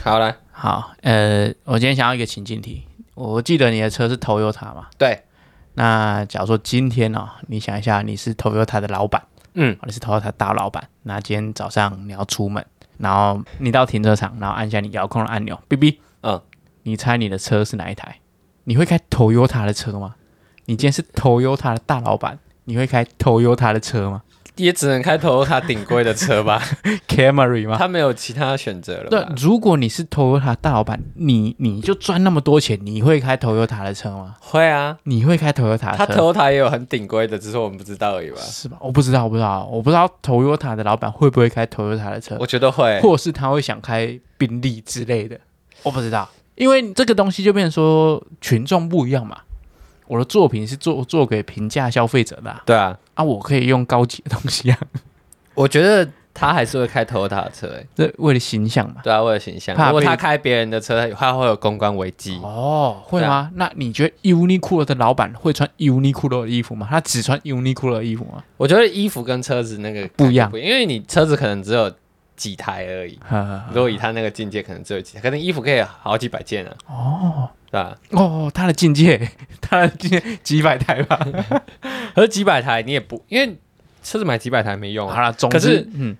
好来，好，呃，我今天想要一个情境题。我记得你的车是 Toyota 嘛？对，那假如说今天哦，你想一下，你是 Toyota 的老板，哦嗯，你是 Toyota 大老板，那今天早上你要出门，然后你到停车场，然后按下你遥控的按钮，哔哔，嗯，你猜你的车是哪一台？你会开 Toyota 的车吗？你今天是 Toyota 的大老板，你会开 Toyota 的车吗也只能开 Toyota 顶规的车 吧， ？Camry 吗？ 他没有其他选择了啊对吧，？如果你是 Toyota 大老板，你你就赚那么多钱，你会开 Toyota 的车吗？会啊，你会开 Toyota 他的车 Toyota 也有很顶规的，只是我们不知道而已吧？是吧？我不知道，我不知道，我不知道 Toyota 的老板会不会开 Toyota 的车，我觉得会，或是他会想开宾利之类的，我不知道，因为这个东西就变成说群众不一样嘛。我的作品是做做给平价消费者的啊对啊，啊我可以用高级的东西啊， 我觉得他还是会开 Toyota 的车、欸，这为了形象嘛。对啊，为了形象，怕被如果他开别人的车，他会有公关危机。哦，会对啊吗？那你觉得 Uniqlo 的老板会穿 Uniqlo 的衣服吗？他只穿 Uniqlo 的衣服吗？我觉得衣服跟车子那个不一样不，因为你车子可能只有几台而已，呵呵呵如果以他那个境界，可能只有几台，可能衣服可以好几百件啊，哦对啊吧？哦，他的境界， 他的境界几百台吧。可是几百台你也不，因为车子买几百台没用好啊，了，总可之是，哦嗯，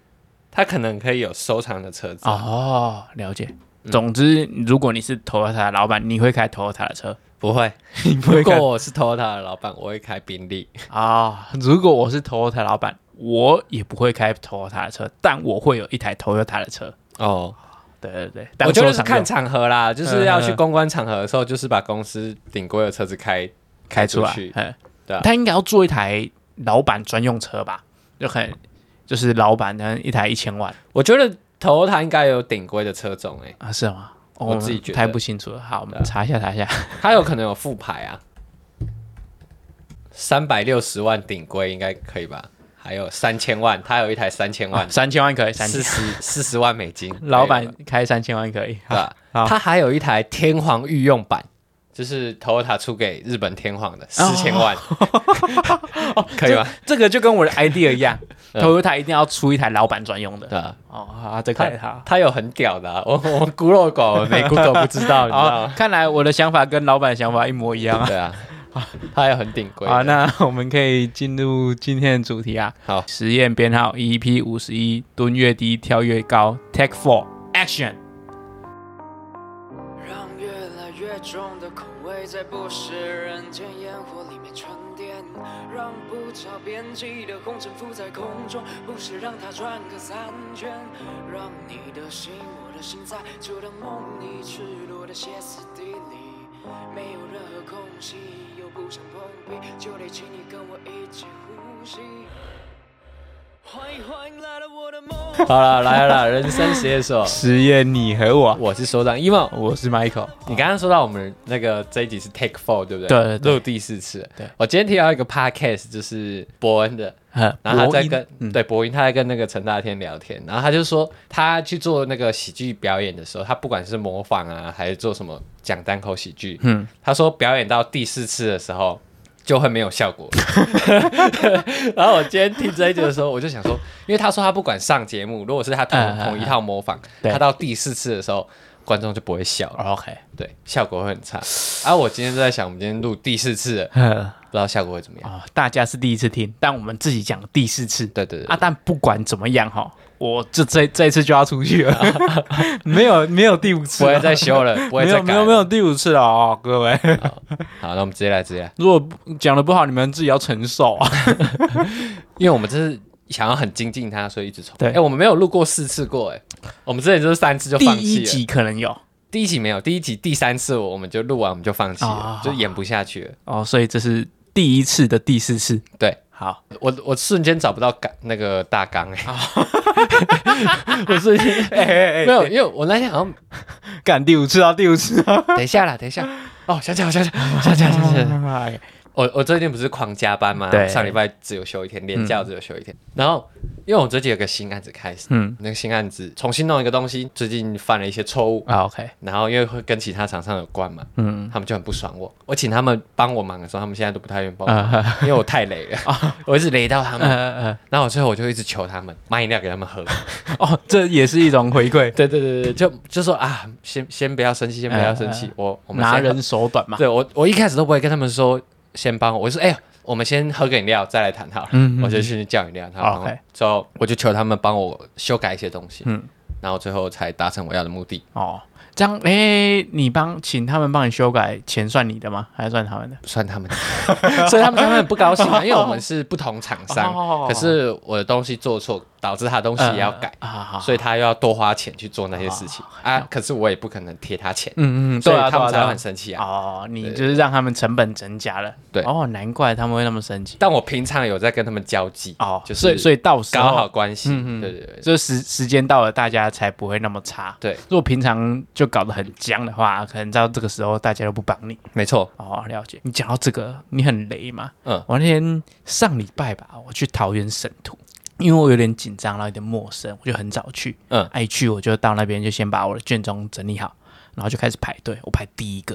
他可能可以有收藏的车子。哦，了解。总之，如果你是 Toyota 的老板，你会开 Toyota 的车，不会， 你不如会开果我是 Toyota 的老板，我会开宾利。啊、如果我是 Toyota 的老板，我也不会开 Toyota 的车，但我会有一台 Toyota 的车。哦，对对对，我当觉得收是藏看用场合啦，就是要去嗯嗯公关场合的时候，就是把公司顶规的车子开开出来去。。嗯对啊他应该要做一台老板专用车吧？就很就是老板可能一台一千万我觉得 Toyota 应该有顶规的车种、欸，啊，是吗？哦我们自己觉得太不清楚了。好，我们对啊查一下查一下。它有可能有副牌啊，三百六十万顶规应该可以吧？还有三千万，它有一台三千万，三千万哦可以，三四千十四十万美金，老可板以吧开三千万可以。 对吧？好它还有一台天皇御用版。就是 Toyota 出给日本天皇的哦四千 万，可以吧？这个就 跟我的 idea 一样嗯，Toyota 一定要出一台老板专用的。对啊，哦，好、啊，这它看他。它有很屌的、啊，我我孤陋寡闻，没 Google 不知道，你知道好吗，？看来我的想法跟老板的想法一模一 样啊！对啊，它还有很顶规的。好，那我们可以进入今天的主题啊。好实验编号 EP 五十一，蹲越低跳越高，Take Four Action。，让越来越重的口味在不食人间烟火里面沉淀，让不着边际的红尘浮在空中，不时让它转个三圈，让你的心，我的心在就当梦里赤裸的歇斯底里，没有任何空隙，又不想碰壁，就得请你跟我一起呼吸。欢迎欢迎来到我的梦。好了，来了，来人生实验所实验你和我，我是所长 emo。我是 Michael。你刚刚说到我们那个这一集是 take four，对不对？对对对录第四次了。对我今天听到一个 podcast，就是伯恩的，呃 然后他在博跟音、嗯对伯音，他在跟那个陈大天聊天，然后他就说他去做那个喜剧表演的时候，他不管是模仿啊，还是做什么讲单口喜剧，嗯他说表演到第四次的时候 就会没有效果。然后我今天听这一集的时候，我就想说，因为他说他不管上节目，如果是他同、嗯嗯嗯同一套模仿，对他到第四次的时候，观众就不会笑了，哦 ，OK，对，效果会很 差。啊，我今天就在想，我们今天录第四次了，呃，不知道效果会怎么样。哦，大家是第一次听，但我们自己讲第四次。对对对，啊，但不管怎么样哈，我这这这一次就要出去了， 没有没有第五次不了，会再修了，不会没再有改啊没有了没有第五次了哦，各位。好，那我们直接来，直接来，如果不讲的不好，你们自己要承受啊。 因为我们这是想要很精进它，所以一直重。对哎，我们没有录过四次过，哎，我们之前就是三次就第放弃一了。集可能有第一集没有，第一集第三次我们就录完我们就放弃了啊，就演不下去了。哦，所以这是第一次的第四次。对好，我我瞬间找不到纲那个大纲哎， 啊我瞬间 哎哎哎没有，因为我那天好像干第五次啊，第五次啊。 等一下啦，等一下哦，想起来，我想起来，想起来，想起来，哎我我最近不是狂加班吗？对上礼拜只有休一天，连假只有休一天。然后因为我最近有个新案子开始， 嗯那个新案子重新弄一个东西，最近犯了一些错误，啊，OK，然后因为会跟其他厂商有关嘛，嗯他们就很不爽我。我请他们帮我忙的时候，他们现在都不太愿意帮我忙，啊，因为我太累 了，我一直累到他呃们。呃然后我最后我就一直求他们买饮料给他们喝。呃，哦，这也是一种回馈， 对对对对，就就说啊，先先不要生气，先不要生气嗯，我我们拿先喝人手短嘛，对我，我一开始都不会跟他们说先帮我，我就说哎呀，我们先喝个饮料再来谈好了。嗯嗯哦我就去叫饮料，他帮我 OK 之后我就求他们帮我修改一些东西，嗯然后最后才达成我要的目的，哦，这样，哎，你帮请他们帮你修改，钱算你的吗？还是算他们的？算他们的， 所以他们他们很不高兴啊，因为我们是不同厂商，哦可是我的东西做错，导致他的东西也要改，呃啊，好，所以他又要多花钱去做那些事哦情啊，可是我也不可能贴他钱，嗯嗯，所对以啊，他对啊们才对会啊很生气啊。哦，你对就是让他们成本增加了，对哦，难怪他们会那么生气，但我平常有在跟他们交际哦，就是所以所以到时搞候好关系，嗯嗯对对对。就时时间到了，大家才不会那么差。对如果平常就搞得很僵的话，可能到这个时候大家都不帮你。没错，哦，了解。你讲到这个，你很雷嘛？嗯我那天上礼拜吧，我去桃园省图，因为我有点紧张，然后有点陌生，我就很早去。嗯啊，一去我就到那边，就先把我的卷宗整理好，然后就开始排队。我排第一个。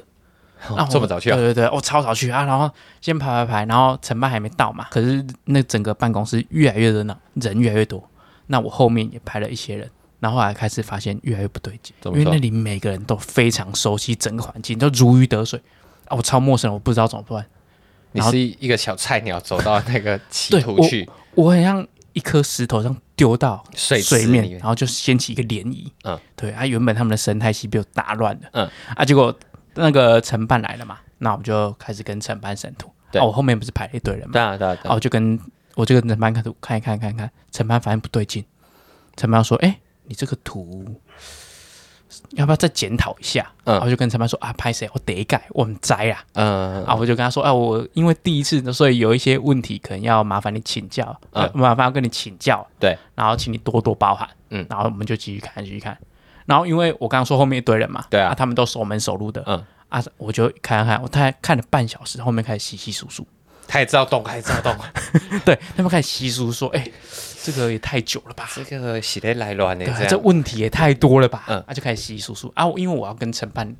哦我这么早去啊？对对对，我、超早去啊！然后先排排排，然后承办还没到嘛，可是那整个办公室越来越热闹，人越来越多。那我后面也排了一些人，然后后来开始发现越来越不对劲，怎因么说为那里每个人都非常熟悉整个环境，都如鱼得水啊！我超陌生，我不知道怎么办，你然后是一个小菜鸟走到那个歧 对途我去，我很像一颗石头这样丢到水池水里面，面然后就掀起一个涟漪。嗯，对啊，原本他们的生态系被我打乱了。嗯，啊，结果那个承办来了嘛，那我们就开始跟承办审图。对啊，我后面不是排了一堆人嘛，对啊对啊啊，对啊我就跟我就跟承办看图看一看看一看，承办发现不对劲，承办说：“哎、你这个图要不要再检讨一下？”嗯然后我就跟承办说：“啊，拍谁？我得改，我们摘啊。”嗯，啊，我就跟他说，啊，我因为第一次，所以有一些问题可能要麻烦你请教，嗯呃麻烦要跟你请教，对，然后请你多多包涵，嗯嗯，然后我们就继续看，继续看。然后因为我刚刚说后面一堆人嘛，对啊他们都熟门熟路的，嗯嗯，啊，我就看看，我大概看了半小时，后面开始稀稀疏疏， 他也知道动，他也知道动， 对，他们开始稀疏说，哎、这个也太久了吧，这个喜来来乱的对啊这这样，问题也太多了吧？嗯嗯，他、就开始洗洗簌簌啊，我因为我要跟承办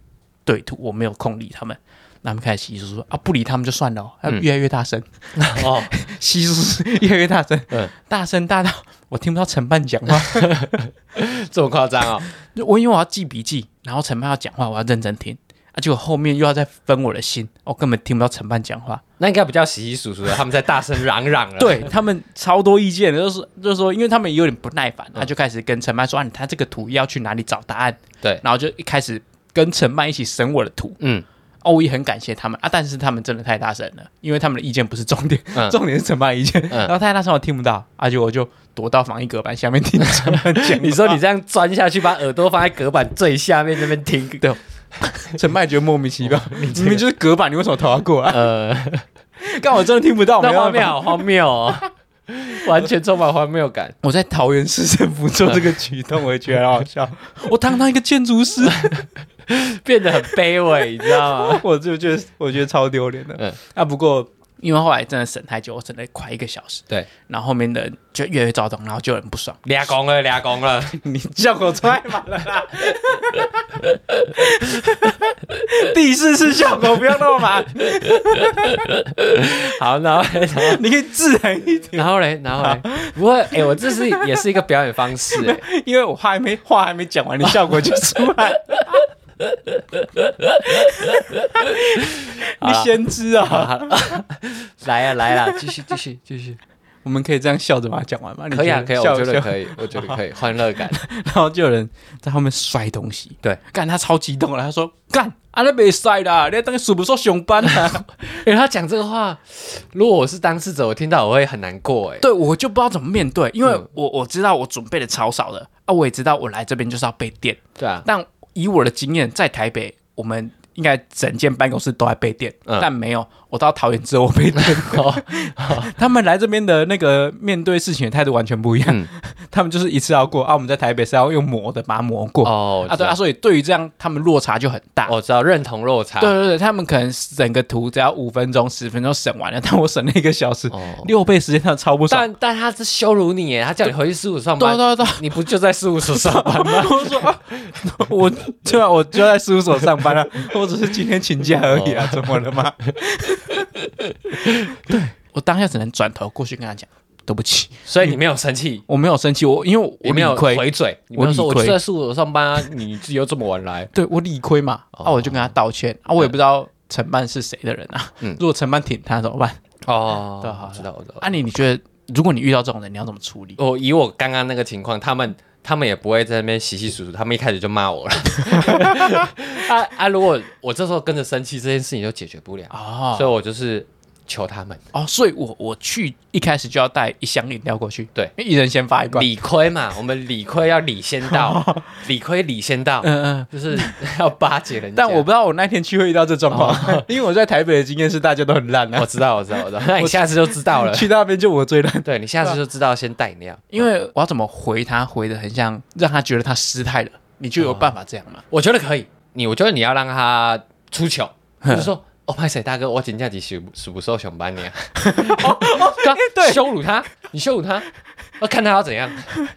对图，我没有空理他们，那他们开始洗洗簌簌啊，不理他们就算了、哦，他嗯越来越大声，哦，洗簌簌越来越大声，嗯大声大到我听不到承办讲 话，这么夸张哦，我因为我要记笔记，然后承办要讲话，我要认真听。啊！结果后面又要再分我的心，我根本听不到承办讲话。那应该不叫洗洗簌簌的，他们在大声嚷嚷了， 对他们超多意见的，就是就是说，因为他们也有点不耐烦，他就开始跟承办说：“啊，他这个图要去哪里找答案？”对，然后就一开始跟承办一起审我的图，嗯，哦，我也很感谢他们啊，但是他们真的太大声了，因为他们的意见不是重点，嗯 重点是承办的意见，嗯。然后太大声我听不到，而、且我就躲到防疫隔板下面听承办讲你 说你这样钻下去，把耳朵放在隔板最下面那边 听，对，承办觉得莫名其妙， 你明明就是隔板，你为什么头要过来？呃， 但我真的听不到，那没办画法面好荒谬 哦，完全充满荒谬感，我在桃园市政府做这个举动，我也觉得很好 笑。我堂堂一个建筑师， 变得很卑微，你知道吗？我就觉得我觉得超丢脸的。嗯嗯，啊，不过因为后来真的审太久，我审了快一个小时，对，然后后面的人就越来越躁动，然后就有人不爽，俩公了，俩公了，你叫我出来嘛了啦！ 第四次效果不要那么满，好，那然后。你可以自然一点，然后嘞，然后嘞，不过哎、我这是也是一个表演方式、哎因为我话还没话还没讲完，你效果就出 来了。你先知啊！好了，来呀、来啦，继续继续继续，我们可以这样笑着把它讲完吗？你可以啊觉可以啊，笑我觉得笑可以，我觉得可以，欢乐感，然后就有人在后面摔东西，对，干他超激动了，他说干啊那没摔啦，你当数不说熊班啊？因为他讲这个话，如果我是当事者，我听到我会很难过哎、对我就不知道怎么面对，因为嗯我我知道我准备的超少的啊，我也知道我来这边就是要被电，对啊，但以我的经验，在台北我们应该整间办公室都在被电，嗯但没有，我到桃园之后我被 电哦过。他们来这边的那个面对事情的态度完全不一样，嗯 他们就是一次要过啊，我们在台北是要用磨的把它磨过、哦啊，对啊，所以对于这样他们落差就很大。我知道认同落差。对对对，他们可能整个图只要五分钟、十分钟审完了，但我审了一个小时，哦，六倍时间上超不爽。但但他是羞辱你耶，他叫你回去事务所上对班，对对，你不就在事务所上班 吗？我说、啊、 我对啊，我就在事务所上班啊， 我只是今天请假而已啊，怎么了吗？ 对我当下只能转头过去跟他讲，对不起，所以你没有生气，我没有生气，我因为你我没有理亏，回嘴，你我没有理说我亏就在事务所上班啊，你自己又这么晚来，对我理亏嘛，啊，我就跟他道歉，啊，我也不知道承办是谁的人啊，嗯如果承办挺他怎么办？哦对好知道，我知道。啊，你你觉得如果你遇到这种人，你要怎么处理？我以我刚刚那个情况，他们他们也不会在那边洗洗数数，他们一开始就骂 我了。啊啊！如果我这时候跟着生气，这件事情就解决不了，哦所以我就是求他们哦，所以我我去一开始就要带一箱饮料过去，对，因为一人先发一罐，理亏嘛，我们理亏要理先到， 理亏理先到，嗯嗯。就是 要巴结人家。但我不知道我那天去会遇到这状况，哦 因为我在台北的经验是大家都很烂我啊，知道，我知道，我知道。那你下次就知道哦了。去啊那边就我最烂。 对你下次就知道先带啊饮料。因为我要怎么回他，回的很像让他觉得他失态了，你就有办法这样吗？我觉得可以，你我觉得你要让他出 糗，就是说。哦，拍谁大哥，我请假几数数不受熊班 你啊！哦 对，羞辱他，你羞辱他，要看他要 怎样。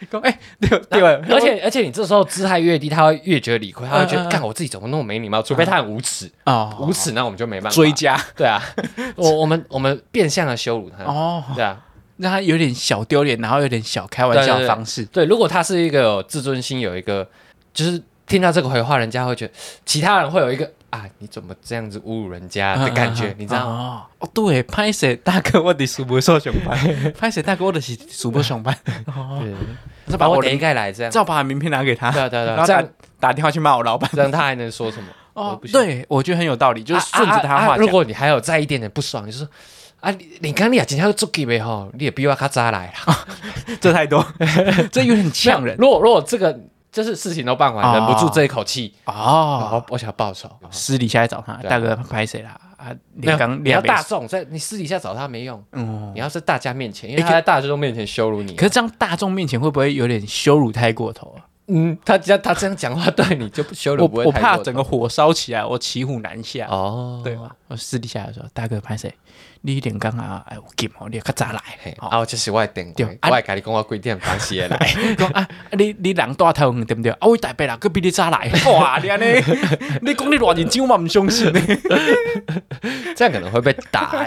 说哎，对对吧，而且而且你这时候姿态越低，他会越觉得理亏，他会觉嗯嗯得嗯干我自己怎么那么没礼貌？除非他很无耻，哦无耻那我们就没办法追。加对 啊，我我们我们变相的羞辱他。哦，对啊，让他有点小丢脸，然后有点小开玩笑的方式，对，如果他是一个有自尊心，有一个就是听到这个回话，人家会觉得其他人会有一个啊，你怎么这样子侮辱人家的感觉，你知道吗？吗？嗯哦，对，拍谁大哥，我的数不受熊 班，拍谁大哥，我的是数不熊班，对，再啊把把我我的点一盖来这样， 照把名片拿给他，对啊对啊对啊然后这打样打电话去骂我老板。这样他还能说什么？我哦不，信对，我觉得很有道理，就是顺着他啊啊啊话啊讲如。果你还有再一点点不爽，你就说啊，你你看你也今天做给呗吼，你也比我较早来啦。 这太 多，这哦有点呛人如果如果这个就是事情都办完，忍不住这一口气，哦。我我想报仇。私底下来找他，对啊大哥拍谁啦？啊，你没有刚你要大没众在你私底下找他没用，嗯。你要在大家面前，因为欸他在大众面前羞辱你。可是这样大众面前会不会有点羞辱太过头啊？嗯，他只要他这样讲话，对你就不羞我辱不会我太怕过整头个火烧起来，我骑虎难下，哦，对吗？我私底下来说，大哥拍谁？你一点刚啊，哎，我给毛，你较早来嘿，。哦啊，我就是我的电对话，啊我会跟你讲我几点当时会来。 讲啊，啊你你人大头对不对？啊，我台北人，佮比你早来。哇，你安尼， 你讲你偌认真，我嘛唔相信呢。这样可能会被打、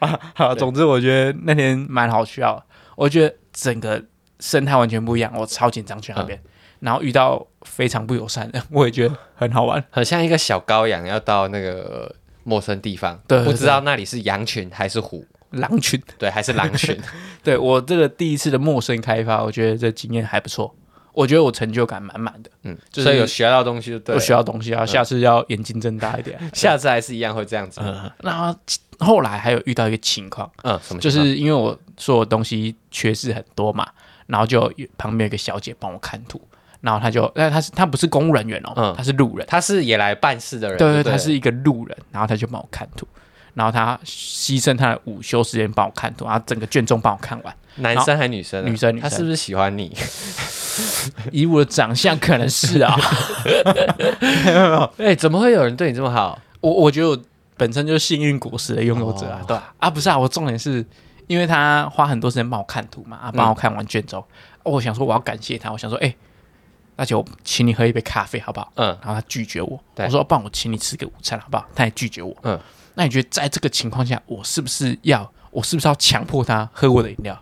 欸。好，总之我觉得那天蛮好笑的，我觉得整个生态完全不一样，我超紧张去那边，嗯然后遇到非常不友善的人，我也觉得很好 玩。很像一个小羔羊要到那个陌生地方，对对对不知道那里是羊群还是虎，狼群，对，还是狼 群。对我这个第一次的陌生开发，我觉得这经验还不错，我觉得我成就感满满的，嗯，就是所以有学到东西就对嗯我了。学到东西啊，下次要眼睛睁大一点。 下次还是一样会这样子。嗯那后来还有遇到一个情况，什么情况？就是因为我说我东西缺失很多嘛，然后就有旁边有一个小姐帮我看图，然后她就，但她是她不是公务人员哦，嗯她是路人。他是也来办事的人，对对对，不对，他是一个路人，然后他就帮我看图，然后他牺牲他的午休时间帮我看图，然后整个卷宗帮我 看完。男生还是女生啊？女生女生他是不是喜欢你？以我的长相，可能是啊， 哎、怎么会有人对你这么好？我我觉得我本身就是幸运果实的拥有者啊，哦对啊，啊不是啊，我重点是因为他花很多时间帮我看图嘛，嗯啊帮我看完卷宗，哦我想说我要感谢他，我想说哎。那就请你喝一杯咖啡好不好？嗯然后他拒绝我，对我说哦不然我请你吃个午餐好不好？他也拒绝我，嗯，那你觉得在这个情况下，我是不是要我是不是要强迫他喝我的饮料？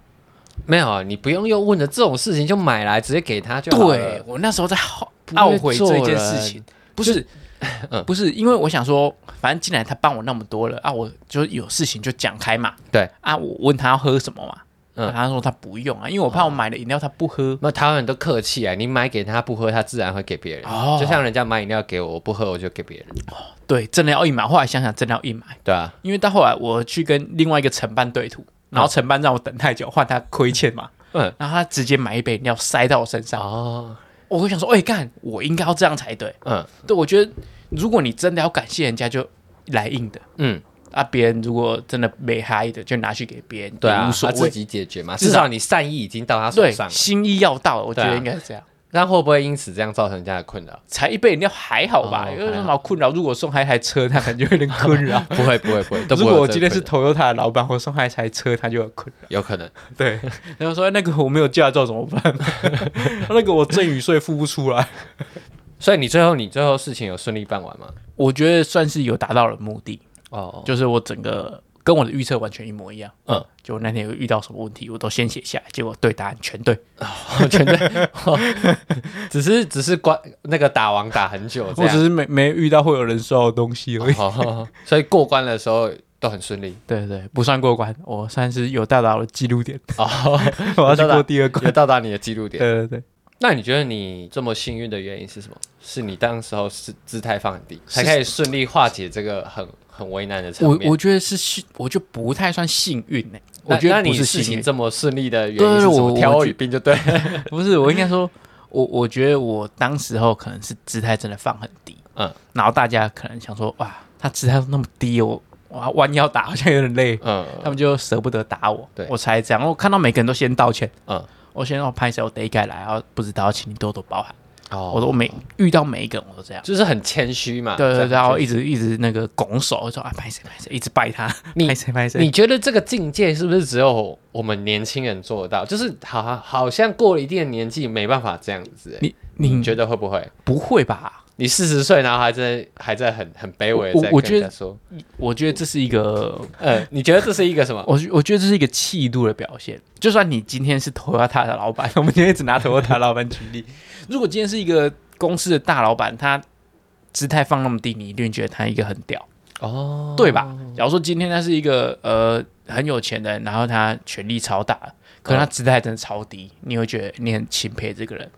没有啊，你不用又问的，这种事情就买来直接给他就好了。对我那时候在好不懊会悔做这件人事情，不是， 嗯不是，因为我想说，反正既然他帮我那么多了啊，我就有事情就讲开嘛。对啊，我问他要喝什么嘛，嗯哦他说他不用啊，因为我怕我买了饮料他不喝。那台湾人都客气啊，你买给他不喝，他自然会给别人。哦就像人家买饮料给我，我不喝我就给别人，对，真的要硬买。后来想想，真的要硬买，对啊，因为到后来我去跟另外一个承办对图，然后承办让我等太久，换他亏欠嘛。嗯，然后他直接买一杯饮料塞到我身上，哦，我会想说，哎、干，我应该要这样才对。嗯对，我觉得如果你真的要感谢人家，就来硬的。嗯，啊、啊，别人如果真的没嗨的，就拿去给别人，对啊，无所他自谓。己解决嘛，至至少少你善意已经到他手对，上了。心意要到了，我觉对得啊应该是这样。那会不会因此这样造成人家的困 扰？才一杯饮料还好吧，哦因为还好。什么困扰？如果送嗨台车，他可能就有点困扰不会，不会，不会， 都不如会果有我这今个天是困 Toyota 的老板，我送嗨一台车，他就有困扰。扰有可能， 对，然后说那个我没有驾照怎么办？ 那个我赠与税付不 出来。所以你最后你最后事情有顺利办完吗？我觉得算是有达到了目的，哦，就是我整个跟我的预测完全一模一样。嗯，就我那天有遇到什么问题，我都先写下来，结果对答案全对。全对，哦 只是只是关那个打王打很久这我只样，是没没遇到会有人收到东 西而已。哦，所以过关的时候都很顺利。啊对对，不算过关，我算是有到达我的记录点，哦， 我要去有到达过第二 有关。到达你的记录对点。对对，那你觉得你这么幸运的原因是什么？是你当时候是姿态放很低，才可以顺利化解这个很很为难的场我面。我觉得是幸，我就不太算幸运呢、那我觉那得不你是事幸情运，这么顺利的原对因是什我么？我挑觉我语病就对了。不是我应该说，我我觉得我当时候可能是姿态真的放很低，嗯然后大家可能想说，哇，他姿态那么低，我哇弯腰打好像有点累，他 嗯们就舍不得打我，对我才这样。我看到每个人都先道歉，嗯，我先要拍手，哦我得改来，然后不知道，请你多多包涵。哦我都每遇到每一个人我都这样。就是很谦虚嘛。对对对，这样然后子一直一直那个拱手，我说啊，拍谁拍 谁，一直拜他，你拍谁拍谁。你觉得这个境界是不是只有我们年轻人做得到？就是好好好像过了一定的年纪没办法这样子、欸你你你觉得会不会？不会吧？你四十岁，然后还在还在很很卑微我的在我跟人觉家得说，我觉得这是一个，呃，你觉得这是一个什么？我我觉得这是一个气度的表现。就算你今天是 Toyota 的老板，我 们今天只拿 Toyota 老板举例。如果今天是一个公司的大老板，他姿态放那么低，你一定觉得他一个很屌，哦，对吧？假如说今天他是一个呃很有钱的人，然后他权力超大，可是他姿态真的超低，你会觉得你很钦佩这个人。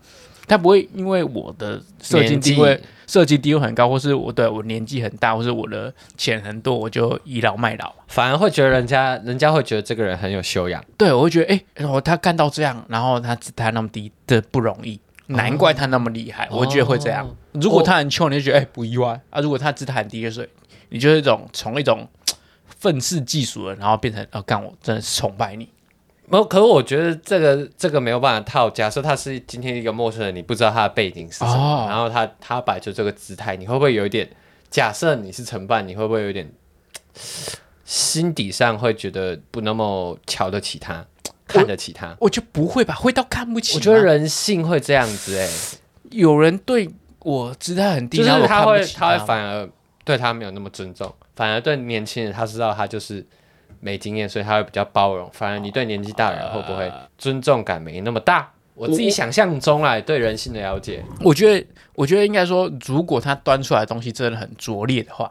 他不会因为我的社经年纪地位、社经地位很高，或是我对我年纪很大，或是我的钱很多，我就倚老卖老。反而会觉得人家人家会觉得这个人很有修养。对，我会觉得，哎、我他干到这样，然后他姿态那么低，这不容易，难怪他那么厉害。我觉得会这样哦。如果他很穷，你就觉得哎、诶不意外啊；如果他姿态很低，就是你就是一种从一种嘖愤世嫉俗的，然后变成哦，干我真的是崇拜你。没哦有，可是我觉得这个这个没有办法套。假设他是今天一个陌生人，你不知道他的背景是什么，哦然后他他摆出这个姿态，你会不会有一点？假设你是承办，你会不会有点嘖心底上会觉得不那么瞧得起他，看得起他？我就不会吧，会到看不起吗。我觉得人性会这样子哎、有人对我姿态很低，就然后是我看不会起他会反而对他没有那么尊重，反而对年轻人他知道他就是没经验，所以他会比较包容。反而你对年纪大的人会不会尊重感没那么大？啊我嗯自己想象中来对人性的了解，我觉得，我觉得应该说，如果他端出来的东西真的很拙劣的话，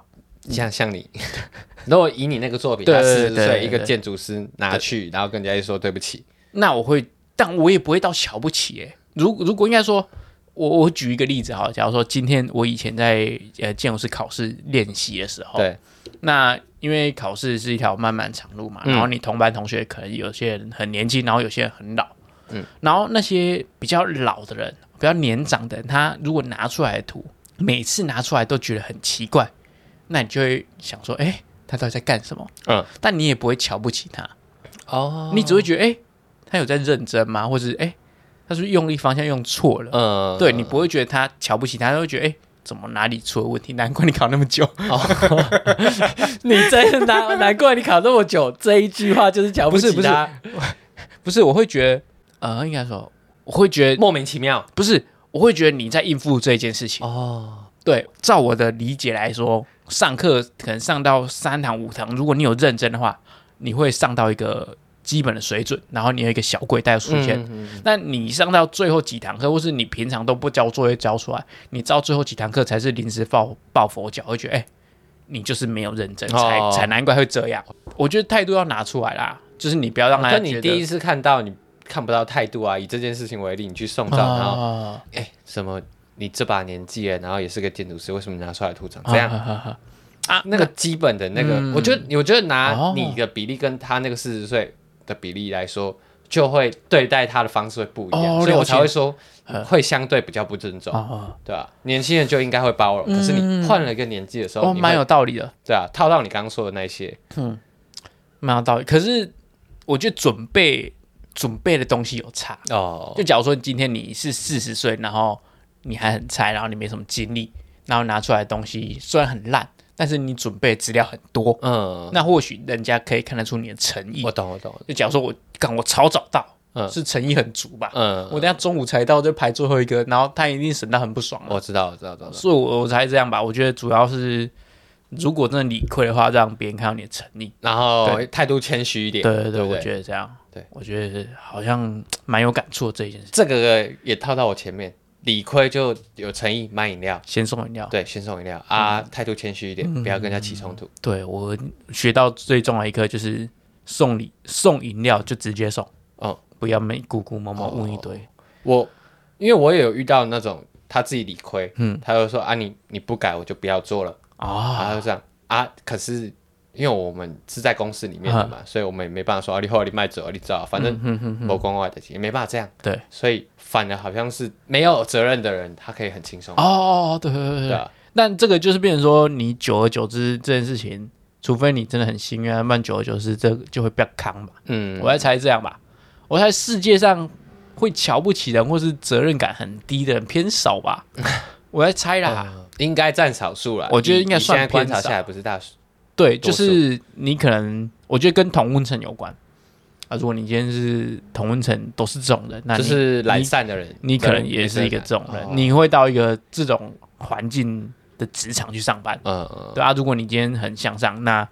像像你， 如果以你那个作品，对他对四十对对岁一个对建筑师拿去，然后跟人家一说对不起，那我会，但我也不会到瞧不起、欸。如如果应该说，我我举一个例子哈，假如说今天我以前在呃建筑师考试练习的时候，对，那因为考试是一条漫漫长路嘛，嗯然后你同班同学可能有些人很年轻，然后有些人很老，嗯，然后那些比较老的人、比较年长的人，他如果拿出来的图，每次拿出来都觉得很奇怪，那你就会想说，哎、他到底在干什么？嗯，但你也不会瞧不起他，哦你只会觉得，哎、他有在认真吗？或者是，哎、他是不是用力方向用错了？嗯对你不会觉得他瞧不起他，他会觉得，哎、怎么哪里出了问题？难怪你考那么久。哦 你真的难难怪你考那么久，这一句话就是瞧不是不是他不是，我会觉得，呃，应该说，我会觉得莫名其妙不是，我会觉得你在应付这件事情。哦，对，照我的理解来说，上课可能上到三堂五堂，如果你有认真的话，你会上到一个基本的水准，然后你有一个小柜带出现。嗯嗯那你上到最后几堂课，或是你平常都不交作业交出来，你到最后几堂课才是临时抱抱佛脚，会觉得哎、你就是没有认真，才、哦才难怪会这样。我觉得态度要拿出来啦，就是你不要让他觉但得、哦你第一次看到，你看不到态度啊。以这件事情为例，你去送啊葬，然后哎、什么你这把年纪了，然后也是个建筑师，为什么拿出来吐槽？这样、啊啊那个基本的那个，嗯我觉得，我觉得拿哦你的比例跟他那个四十岁的比例来说，就会对待他的方式会不一样，哦所以我才了会解嗯说会相对比较不尊重，哦对吧、年轻人就应该会包容，可是你换了一个年纪的时候，嗯哦，你蛮会有道理的，对啊，套到你刚刚说的那些，蛮有道理。可是我觉得准备准备的东西有差。哦就假如说今天你是四十岁，然后你还很菜，然后你没什么经历，然后拿出来的东西虽然很烂，但是你准备的资料很多，嗯，那或许人家可以看得出你的诚意我。懂，我懂，就假如说我干我超早到，嗯是诚意很足吧？嗯，我等下中午才到就排最后一个，然后他一定审到很不爽了。我知道，我知道，我知道，所以我我才这样吧。我觉得主要是如果真的理亏的话，让别人看到你的诚意。然后对态度谦虚一点，对对对对，不对，我觉得这样，对我觉得好像蛮有感触的这一件事。这个也套到我前面，理亏就有诚意买饮料，先送饮料，对，先送饮料嗯啊，态度谦虚一点，不要跟人家起冲突，对我学到最重要一课就是送礼送饮料就直接送，哦，不要没咕咕摸摸哦问一堆。我因为我也有遇到那种他自己理亏，嗯，他就说啊你你不改我就不要做了，啊，啊他就这样啊，可是。因为我们是在公司里面的嘛，所以我们也没办法说啊，你后来你卖走啊，你知道，反正嗯某公外的也没办法这样，对，所以反而好像是没有责任的人，他可以很轻松，哦哦，哦对对对对对。啊，但这个就是变成说，你久而久之这件事情，除非你真的很幸运啊，不然久而久之这个就会被扛吧。嗯，我在猜这样吧，我猜世界上会瞧不起人或是责任感很低的人偏 少吧。我在猜啦，啊应该占少数了，我觉得应该以以现在算偏偏差下少来不是大数，对，就多数是你可能我觉得跟同温层有关啊。如果你今天是同温层都是这种人，那就你是懒散的人，啊哦你可能也是一个这种人，你会到一个这种环境的职场去上班，嗯嗯对啊。如果你今天很向上，那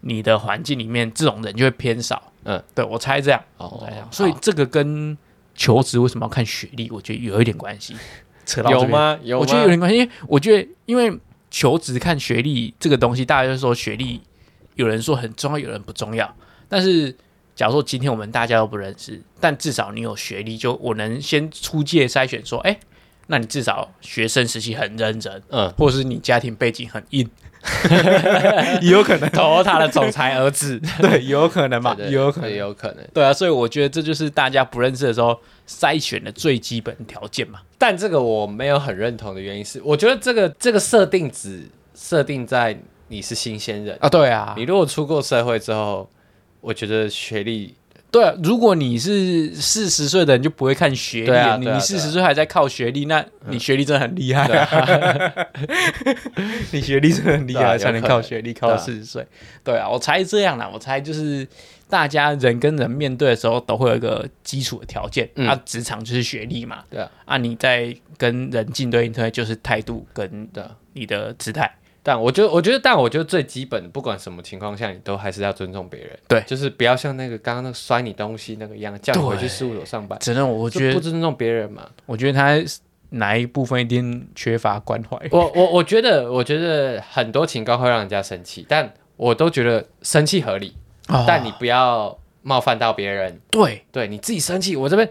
你的环境里面这种人就会偏少，嗯，对我猜这样。哦对啊，所以这个跟求职为什么要看学历，我觉得有一点 关系。扯到这有边？吗？有吗我觉得有点关系，因为我觉得因为求职看学历这个东西，大家就说学历有人说很重要，有人不重要。但是假如说今天我们大家都不认识，但至少你有学历，就我能先出界筛选说，哎、那你至少学生时期很认真，嗯，或者是你家庭背景很硬，也有可能 投他的总裁儿子， 对，有可能嘛，对对有可能对。有可能。对啊，所以我觉得这就是大家不认识的时候筛选的最基本条件嘛。但这个我没有很认同的原因是，我觉得这个这个设定只设定在你是新鲜人，啊，对啊你，如果出过社会之后，我觉得学历对啊，如果你是四十岁的人，就不会看学历对啊了，你对啊你对四啊嗯十岁还在靠学历，那你学历真的很厉害啊， 你学历真的很厉对啊害，有才能可能靠学历靠对到啊四十岁。对啊，我猜这样啦，我猜就是大家人跟人面对的时候，都会有一个基础的条件，嗯啊，职场就是学历嘛，对啊啊，你在跟人进对应对就是态度跟对啊你的姿态。但我觉得，我觉得，但我觉得最基本的，不管什么情况下，你都还是要尊重别人。对就是不要像那个刚刚那个摔你东西那个一样，叫你回去事务所上班，只能我我觉哎不得，尊重别人嘛。我觉得他哪一部分一定缺乏关怀。 我我我觉得，我觉得很多情况会让人家生气，但我都觉得生气合理，啊但你不要冒犯到别人。对对你自己生气，我这边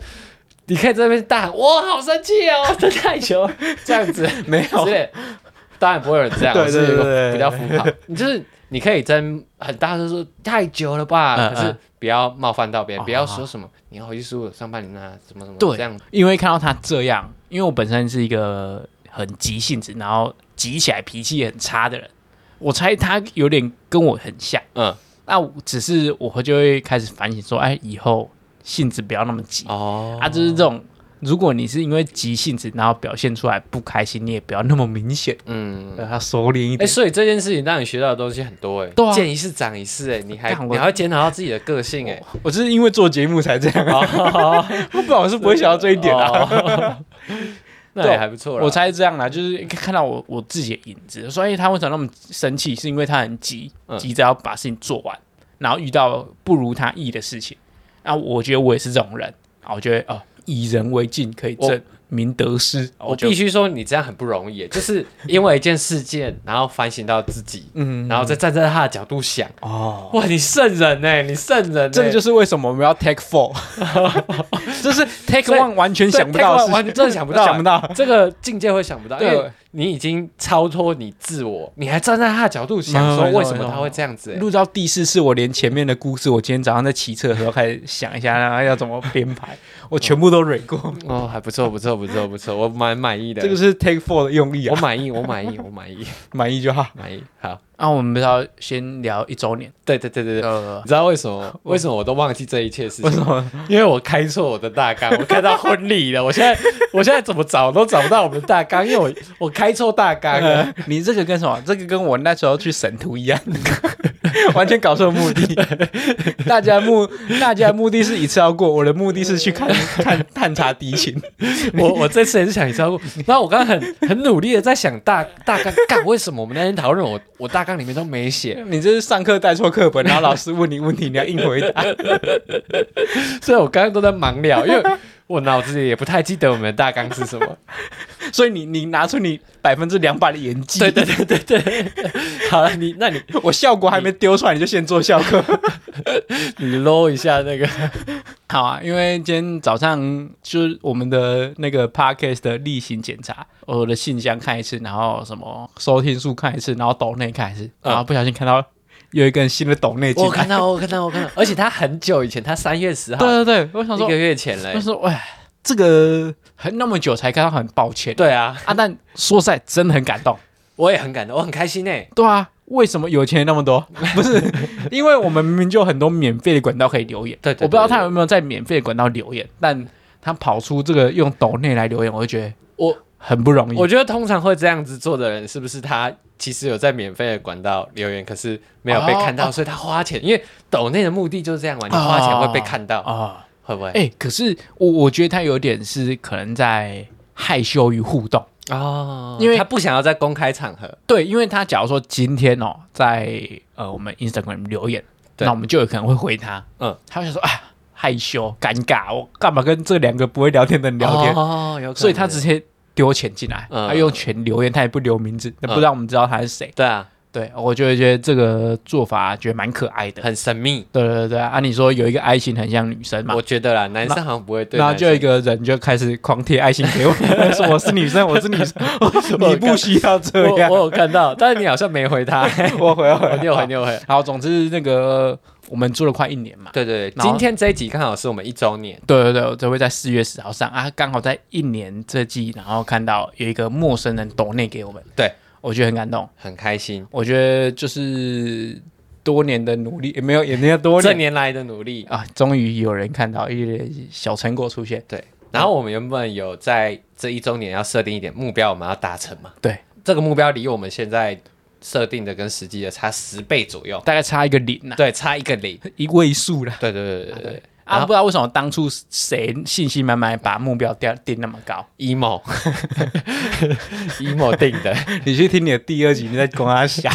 你可以在这边大喊，我好生气哦， 真 太球这样子没有之类，当然不会有人这样， 对我是对一个对比较浮夸。你就是你可以真很大声说太久了吧，嗯可是嗯不要冒犯到别人，哦不要说什么你要回去输了上半年啊，什么什么对这样，因为看到他这样，因为我本身是一个很急性子，然后急起来脾气也很差的人，我猜他有点跟我很像。嗯，那我只是我会就会开始反省说，哎，以后性子不要那么急、哦啊，就是这种。如果你是因为急性子，然后表现出来不开心，你也不要那么明显，嗯。让他收敛一 哎、点。所以这件事情让你学到的东西很多哎、对啊见一次长一次哎、你还干我你还会检讨到自己的个性哎、 我就是因为做节目才这样啊， 不然我是不会想到这一点啊。 哦那对也还不错啦。我猜是这样啦，就是看到我我自己的影子，所以他为什么那么生气，是因为他很急嗯，急着要把事情做完，然后遇到不如他意的事情。那我觉得我也是这种人，啊，我觉得哦，以人为镜可以我正明得失，哦我就必须说，你这样很不容易耶，哎就是因为一件事件，然后反省到自己，嗯然后再站在他的角度想，哦。哇，你圣人呢，你圣人呢，哎这个就是是为什么我们要 take four，就是 take 所以 one 完全想不到的事 情，完全真的想不到，哎想不到。这个境界会想不到，因对为你已经超脱你自我，你还站在他的角度想说没错为什么没错他会这样子、欸录到第四次，我连前面的故事，我今天早上在骑车的时候开始想一下，然后要怎么编 排，我全部都蕊过。哦，还不错，不错，不错，不错，我蛮满意的。这个是 Take Four 的用意我啊，满意，我满意，我满意，满意就好。满意。好，啊，我们不是要先聊一周年？对对对对对。呃你，知道为什么？为什么我都忘记这一切事为什情？么？因为我开错我的大纲，我看到婚礼了。我现在， 我现在怎么找都找不到我们的大纲，因为我我开错大纲了。呃，你这个跟什么？这个跟我那时候去省图一样， 完全搞错目 的。大家目大家目的是一次要过，我的目的是去看看探查敌情。我我这次也是想一下，然后我刚刚很很努力的在想大大纲，干为什么我们那天讨论我我大纲里面都没写，你这是上课带错课本，然后老师问你问题，你要硬回答。 所以我刚刚都在盲聊，因为我脑子里也不太记得我们的大纲是什么。所以你你拿出你百分之两百的演 技，对对对对对， 好了，你那你我效果还没丢出来，你就先做效果。你搂一下那个，好啊，因为今天早上就是我们的那个 podcast 的例行检查，我的信箱看一次，然后什么收听数看一次，然后抖内看一次，然后不小心看到又一根新的抖内嗯进我来看。到我看到我看到，而且他很久以前，他三月十号，对对对，我想一说个，月前了我。说，哎，这个很那么久才看到，很抱歉。对啊，啊，但说实在，真的很感动。我也很感动，我很开心欸诶。对啊，为什么有钱人那么 多？不是，因为我们明明就有很多免费的管道可以留言。对对对我不知道他有没有在免费的管道留言，但他跑出这个用抖内来留言，我就觉得我很不容易。我觉得通常会这样子做的人，是不是他其实有在免费的管道留言，可是没有被看到，哦所以他花钱，因为抖内的目的就是这样嘛，你花钱会被看到，啊，会不会？哎、可是我我觉得他有点是可能在害羞于互动。哦因为哦他不想要在公开场合，对，因为他假如说今天哦，在呃我们 Instagram 留言，对那我们就有可能会回他，嗯，他会想说啊害羞尴尬，我干嘛跟这两个不会聊天的人聊天？哦，有可能，所以他直接丢钱进来，嗯他用钱留言，他也不留名字，那不让我们知道他是谁。对啊，对，我就会觉得这个做法觉得蛮可爱的。很神秘，对对对，啊，你说有一个爱心很像女生嘛我，觉得啦，男生好像不会对然后男生，就有一个人就开始狂贴爱心 给我，说我是女生，我是女生，你不需要这样我。我有看到，但是你好像没回他，我回来你有回你有回，好，总之那个我们做了快一年嘛。对对对，然后今天这一集刚好是我们一周年，对对对，我就会在四月十号上啊，刚好在一年这季，然后看到有一个陌生人抖内给我们，对我觉得很感动。很开心，我觉得就是多年的努力，也没有也没有多这年年来的努力，啊，终于有人看到一点小成果出现。对，然后我们原本有在这一周年要设定一点目标，我们要达成嘛。对，这个目标离我们现在设定的跟实际的差十倍左 右，大概差一个零啊，对，差一个零。一位数啦。对对对对对对啊，不知道为什么当初谁信心满满把目标定定那么高？ ，emo emo 定的。你去听你的第二集，你在跟他想，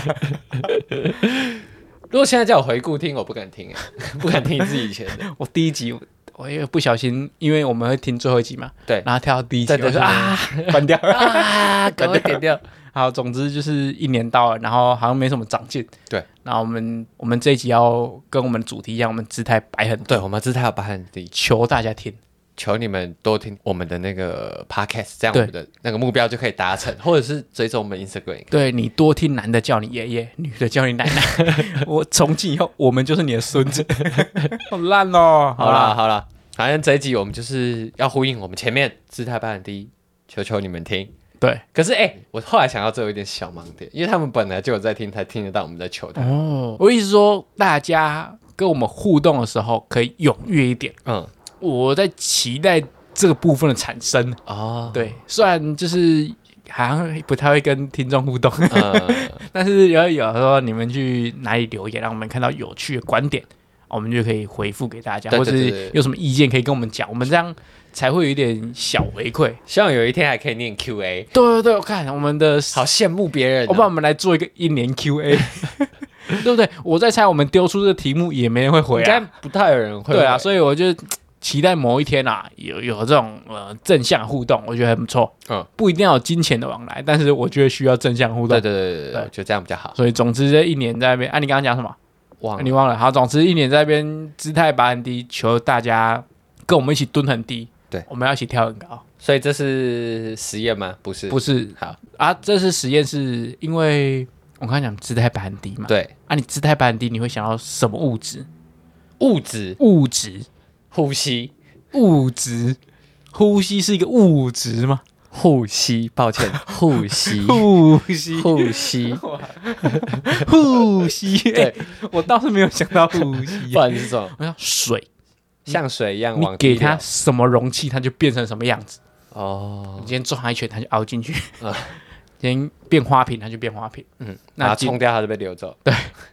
如果现在叫我回顾听，我不敢听， 欸不敢听自己以前的。 我第一集我也不小心，因为我们会听最后一集嘛，对然后跳到第一集，对对我说对啊，关掉。啊，赶快点掉。 好，总之就是一年到了，然后好像没什么长进。对，那我们我们这一集要跟我们主题一样，我们姿态摆很对，我们姿态要摆很低，求大家听。求你们多听我们的那个 podcast，这样我对们的那个目标就可以达 成，或者是追踪我们 Instagram 也可以。对你多听男的叫你爷爷，女的叫你奶奶。 我从今以后，我们就是你的孙子。 好烂哦！好啦，好啦，反正这一集我们就是要呼应我们前面姿态排很低，求求你们听。对可是哎、欸我后来想到这有一点小盲点，因为他们本来就有在听，才听得到我们在求他。哦，我意思说，大家跟我们互动的时候可以踊跃一点。嗯，我在期待这个部分的产生。哦，对，虽然就是好像不太会跟听众互动，嗯，但是有有时候你们去哪里留言，让我们看到有趣的观点，哦我们就可以回复给大家，对或对者对是有什么意见可以跟我们讲，我们这样才会有一点小回馈。希望有一天还可以念 Q&A，对对对，我看我们的， 好羡慕别人、啊我把我们来做一个一年 Q&A，对不对？我在猜，我们丢出这个题目也没人会回应该啊，不太有人会。对啊，以所以我就期待某一天啊，有有这种呃正向互动，我觉得很不错。嗯，不一定要有金钱的往来，但是我觉得需要正向互动对。对对对对，对我觉得这样比较好。所以总之这一年在那边，啊，你刚刚讲什么？忘了啊你忘了。好，总之一年在那边姿态拔很低，求大家跟我们一起蹲很低。对我们要一起跳很高。所以这是实验吗？不是，不是好，啊，这次实验是因为我刚才讲姿态摆很低嘛，对，啊，你姿态摆很低，你会想到什么物质？物质物质，呼吸，物质，呼吸是一个物质吗？呼吸，抱歉， 呼吸，呼吸，呼吸， 呼吸，对哎， 我倒是没有想到呼吸啊不。然是什么？我想水， 像水一样你往给地流它什么容器，它就变成什么样子。哦，你今天撞它一拳，它就凹进去 啊；今天变花瓶，它就变花瓶。嗯，那把它今冲掉，它就被流走。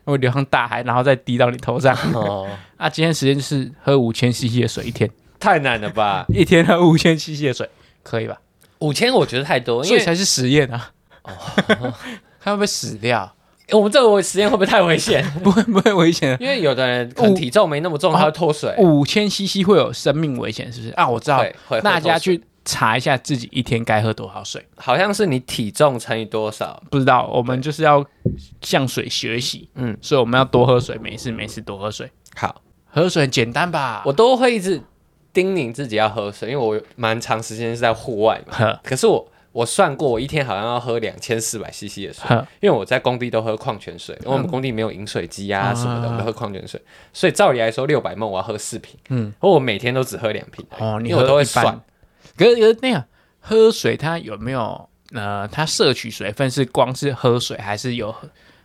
会流向大海，然后再滴到你 头上。哦，啊，今天实验是喝五千 CC 的水一天，太难了吧？一天喝五千 CC 的水，可以吧？五千我觉得太多，因所以为哦才是实验啊。 他会不会死 掉？我们这个实验会不会太危险？不会不会危险啊。 因为有的人可能物体重没那么重，哦他会脱水。五千 CC 会有生命危险，是不是啊？我知道会会，大家会脱水去查一下自己一天该喝多少水。好像是你体重乘以多少？不知道，我们就是要向水学习，嗯嗯，所以我们要多喝水，没事没事多喝水，好，喝水很简单吧？我都会一直叮咛自己要喝水，因为我有蛮长时间是在户外嘛。呵可是我我算过，我一天好像要喝两千四百 CC 的水，呵，因为我在工地都喝矿泉水，因为我们工地没有饮水机啊嗯什么的，啊我们都喝矿泉水。所以照理来说，六百梦我要喝四瓶，嗯嗯，而我每天都只喝两瓶而已，哦，哎你因为喝我都会一般算，，可是可是那样喝水它有没有呃，它摄取水分是光是喝水，还是有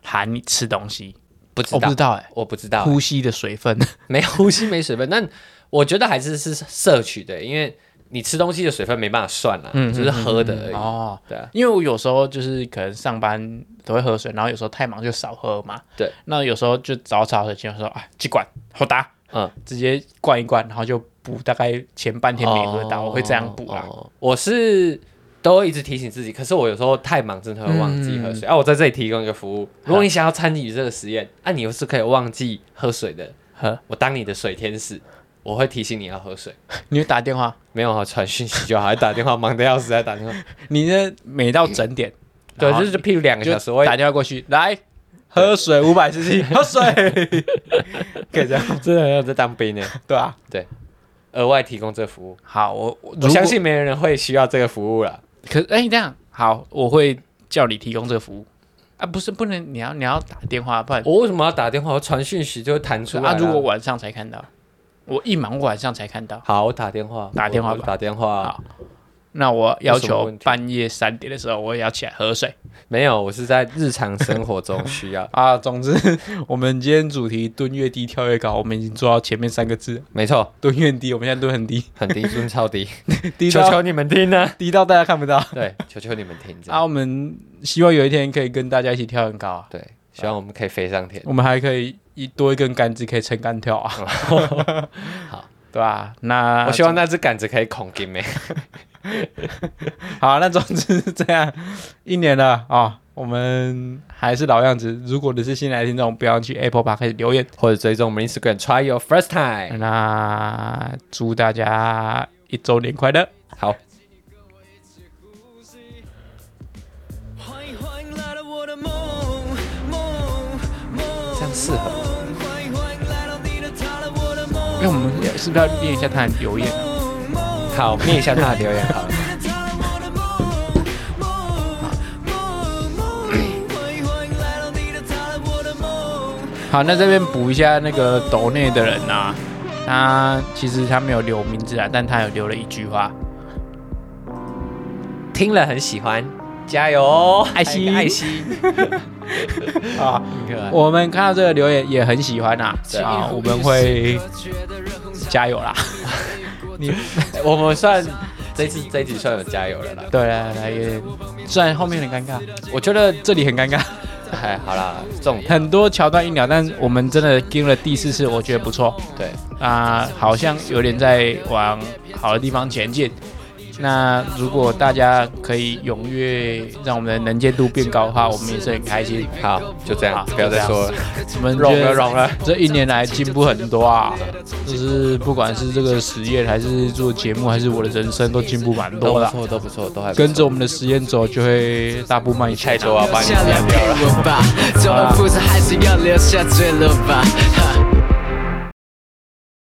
含你吃东西？不知我不道知，道哎、我不知道，呼吸的水分没有呼吸没水分，但我觉得还是是摄取的，因为你吃东西的水分没办法算啦、嗯就是喝的而已。哦。对啊，因为我有时候就是可能上班都会喝水，然后有时候太忙就少喝嘛。对，那有时候就早早的就说啊，几管好打，嗯，直接灌一灌，然后就补大概前半天没喝到，我会这样补啊。哦我是都会一直提醒自己，可是我有时候太忙，真的会忘记喝水、啊。我在这里提供一个服务，如果你想要参与这个实验，啊，你又是可以忘记喝水的，呵，我当你的水天使，我会提醒你要喝水。你会打电话，没有啊，传讯息就好，还打电话，忙得要死，还打电话。你呢每到整点， 对，然后就是就譬如两个就小时，我打会电话过去，来喝水五百 CC，喝水，可以这样，真的要在当兵呢，对啊。额外提供这个服务。好，我我我如相果，信没人会需要这个服务了。可哎、这样好，我会叫你提供这个服务啊，不是不能，你要你要打电话，不然我为什么要打电话？我传讯息就会弹出来啦。啊，如果晚上才看到，我一忙晚上才看到，好，我打电话，打电话我吧打电话好。那我要有什么求问题半夜三点的时候我也要起来喝水。。没有，我是在日常生活中需要啊，总之， 我们今天主题蹲越低跳越高，我们已经做到前面三个字，没错，蹲越低，我们现在蹲很 低，很低，蹲超低， 低求到求你们听呢、 啊。低到大家看不到。对，求求你们听这啊，样。我们希望有一天可以跟大家一起跳很高啊，对，希望我们可以飞上天。我们还可以一多一根杆子可以撑杆跳啊。好， 对吧、那我希望那只杆子可以恐惊没。好，那总之是这样，一年了啊、哦我们还是老样子。如果你是新来的听众，不要去 Apple Park 开始留言。或者追踪我们 Instagram try your first 嗯 time。那祝大家一周年快乐！好，欢迎欢迎来到我的梦梦梦，这样 适合梦。欢迎欢迎来到你的他的我的梦因哎为我们是不是要念一下他的留言？啊梦梦。好，念一下他的留言好了。好，那这边补一下那个抖内的人啊，他其实他没有留名字啊，但他有留了一句话，听了很喜欢，加油哦！爱心爱心，啊，很可爱我们看到这个留言也很喜欢啊，对啊，我们会加油啦！ 我们算这次这一集算有加油了啦。对来来，有点，虽然后面有点尴尬，我觉得这里很尴尬，哎，好啦，这种 很多桥段一秒，但我们真的经了第四次，我觉得不错对，啊、好像有点在往好的地方前进。那如果大家可以踊跃让我们的能见度变高的话，我们也是很开心。好，就这样，好不要再说了。我们融了觉得融了这一年来进步很多啊，就是不管是这个实验，还是做节目，还是我的人生，都进步蛮都多不的。啊错，都不错，都还不错跟着我们的实验走，就会大步迈前太啊。多啊，把你下来删陪掉了。我吧，总而复始还是要留下坠落吧。哈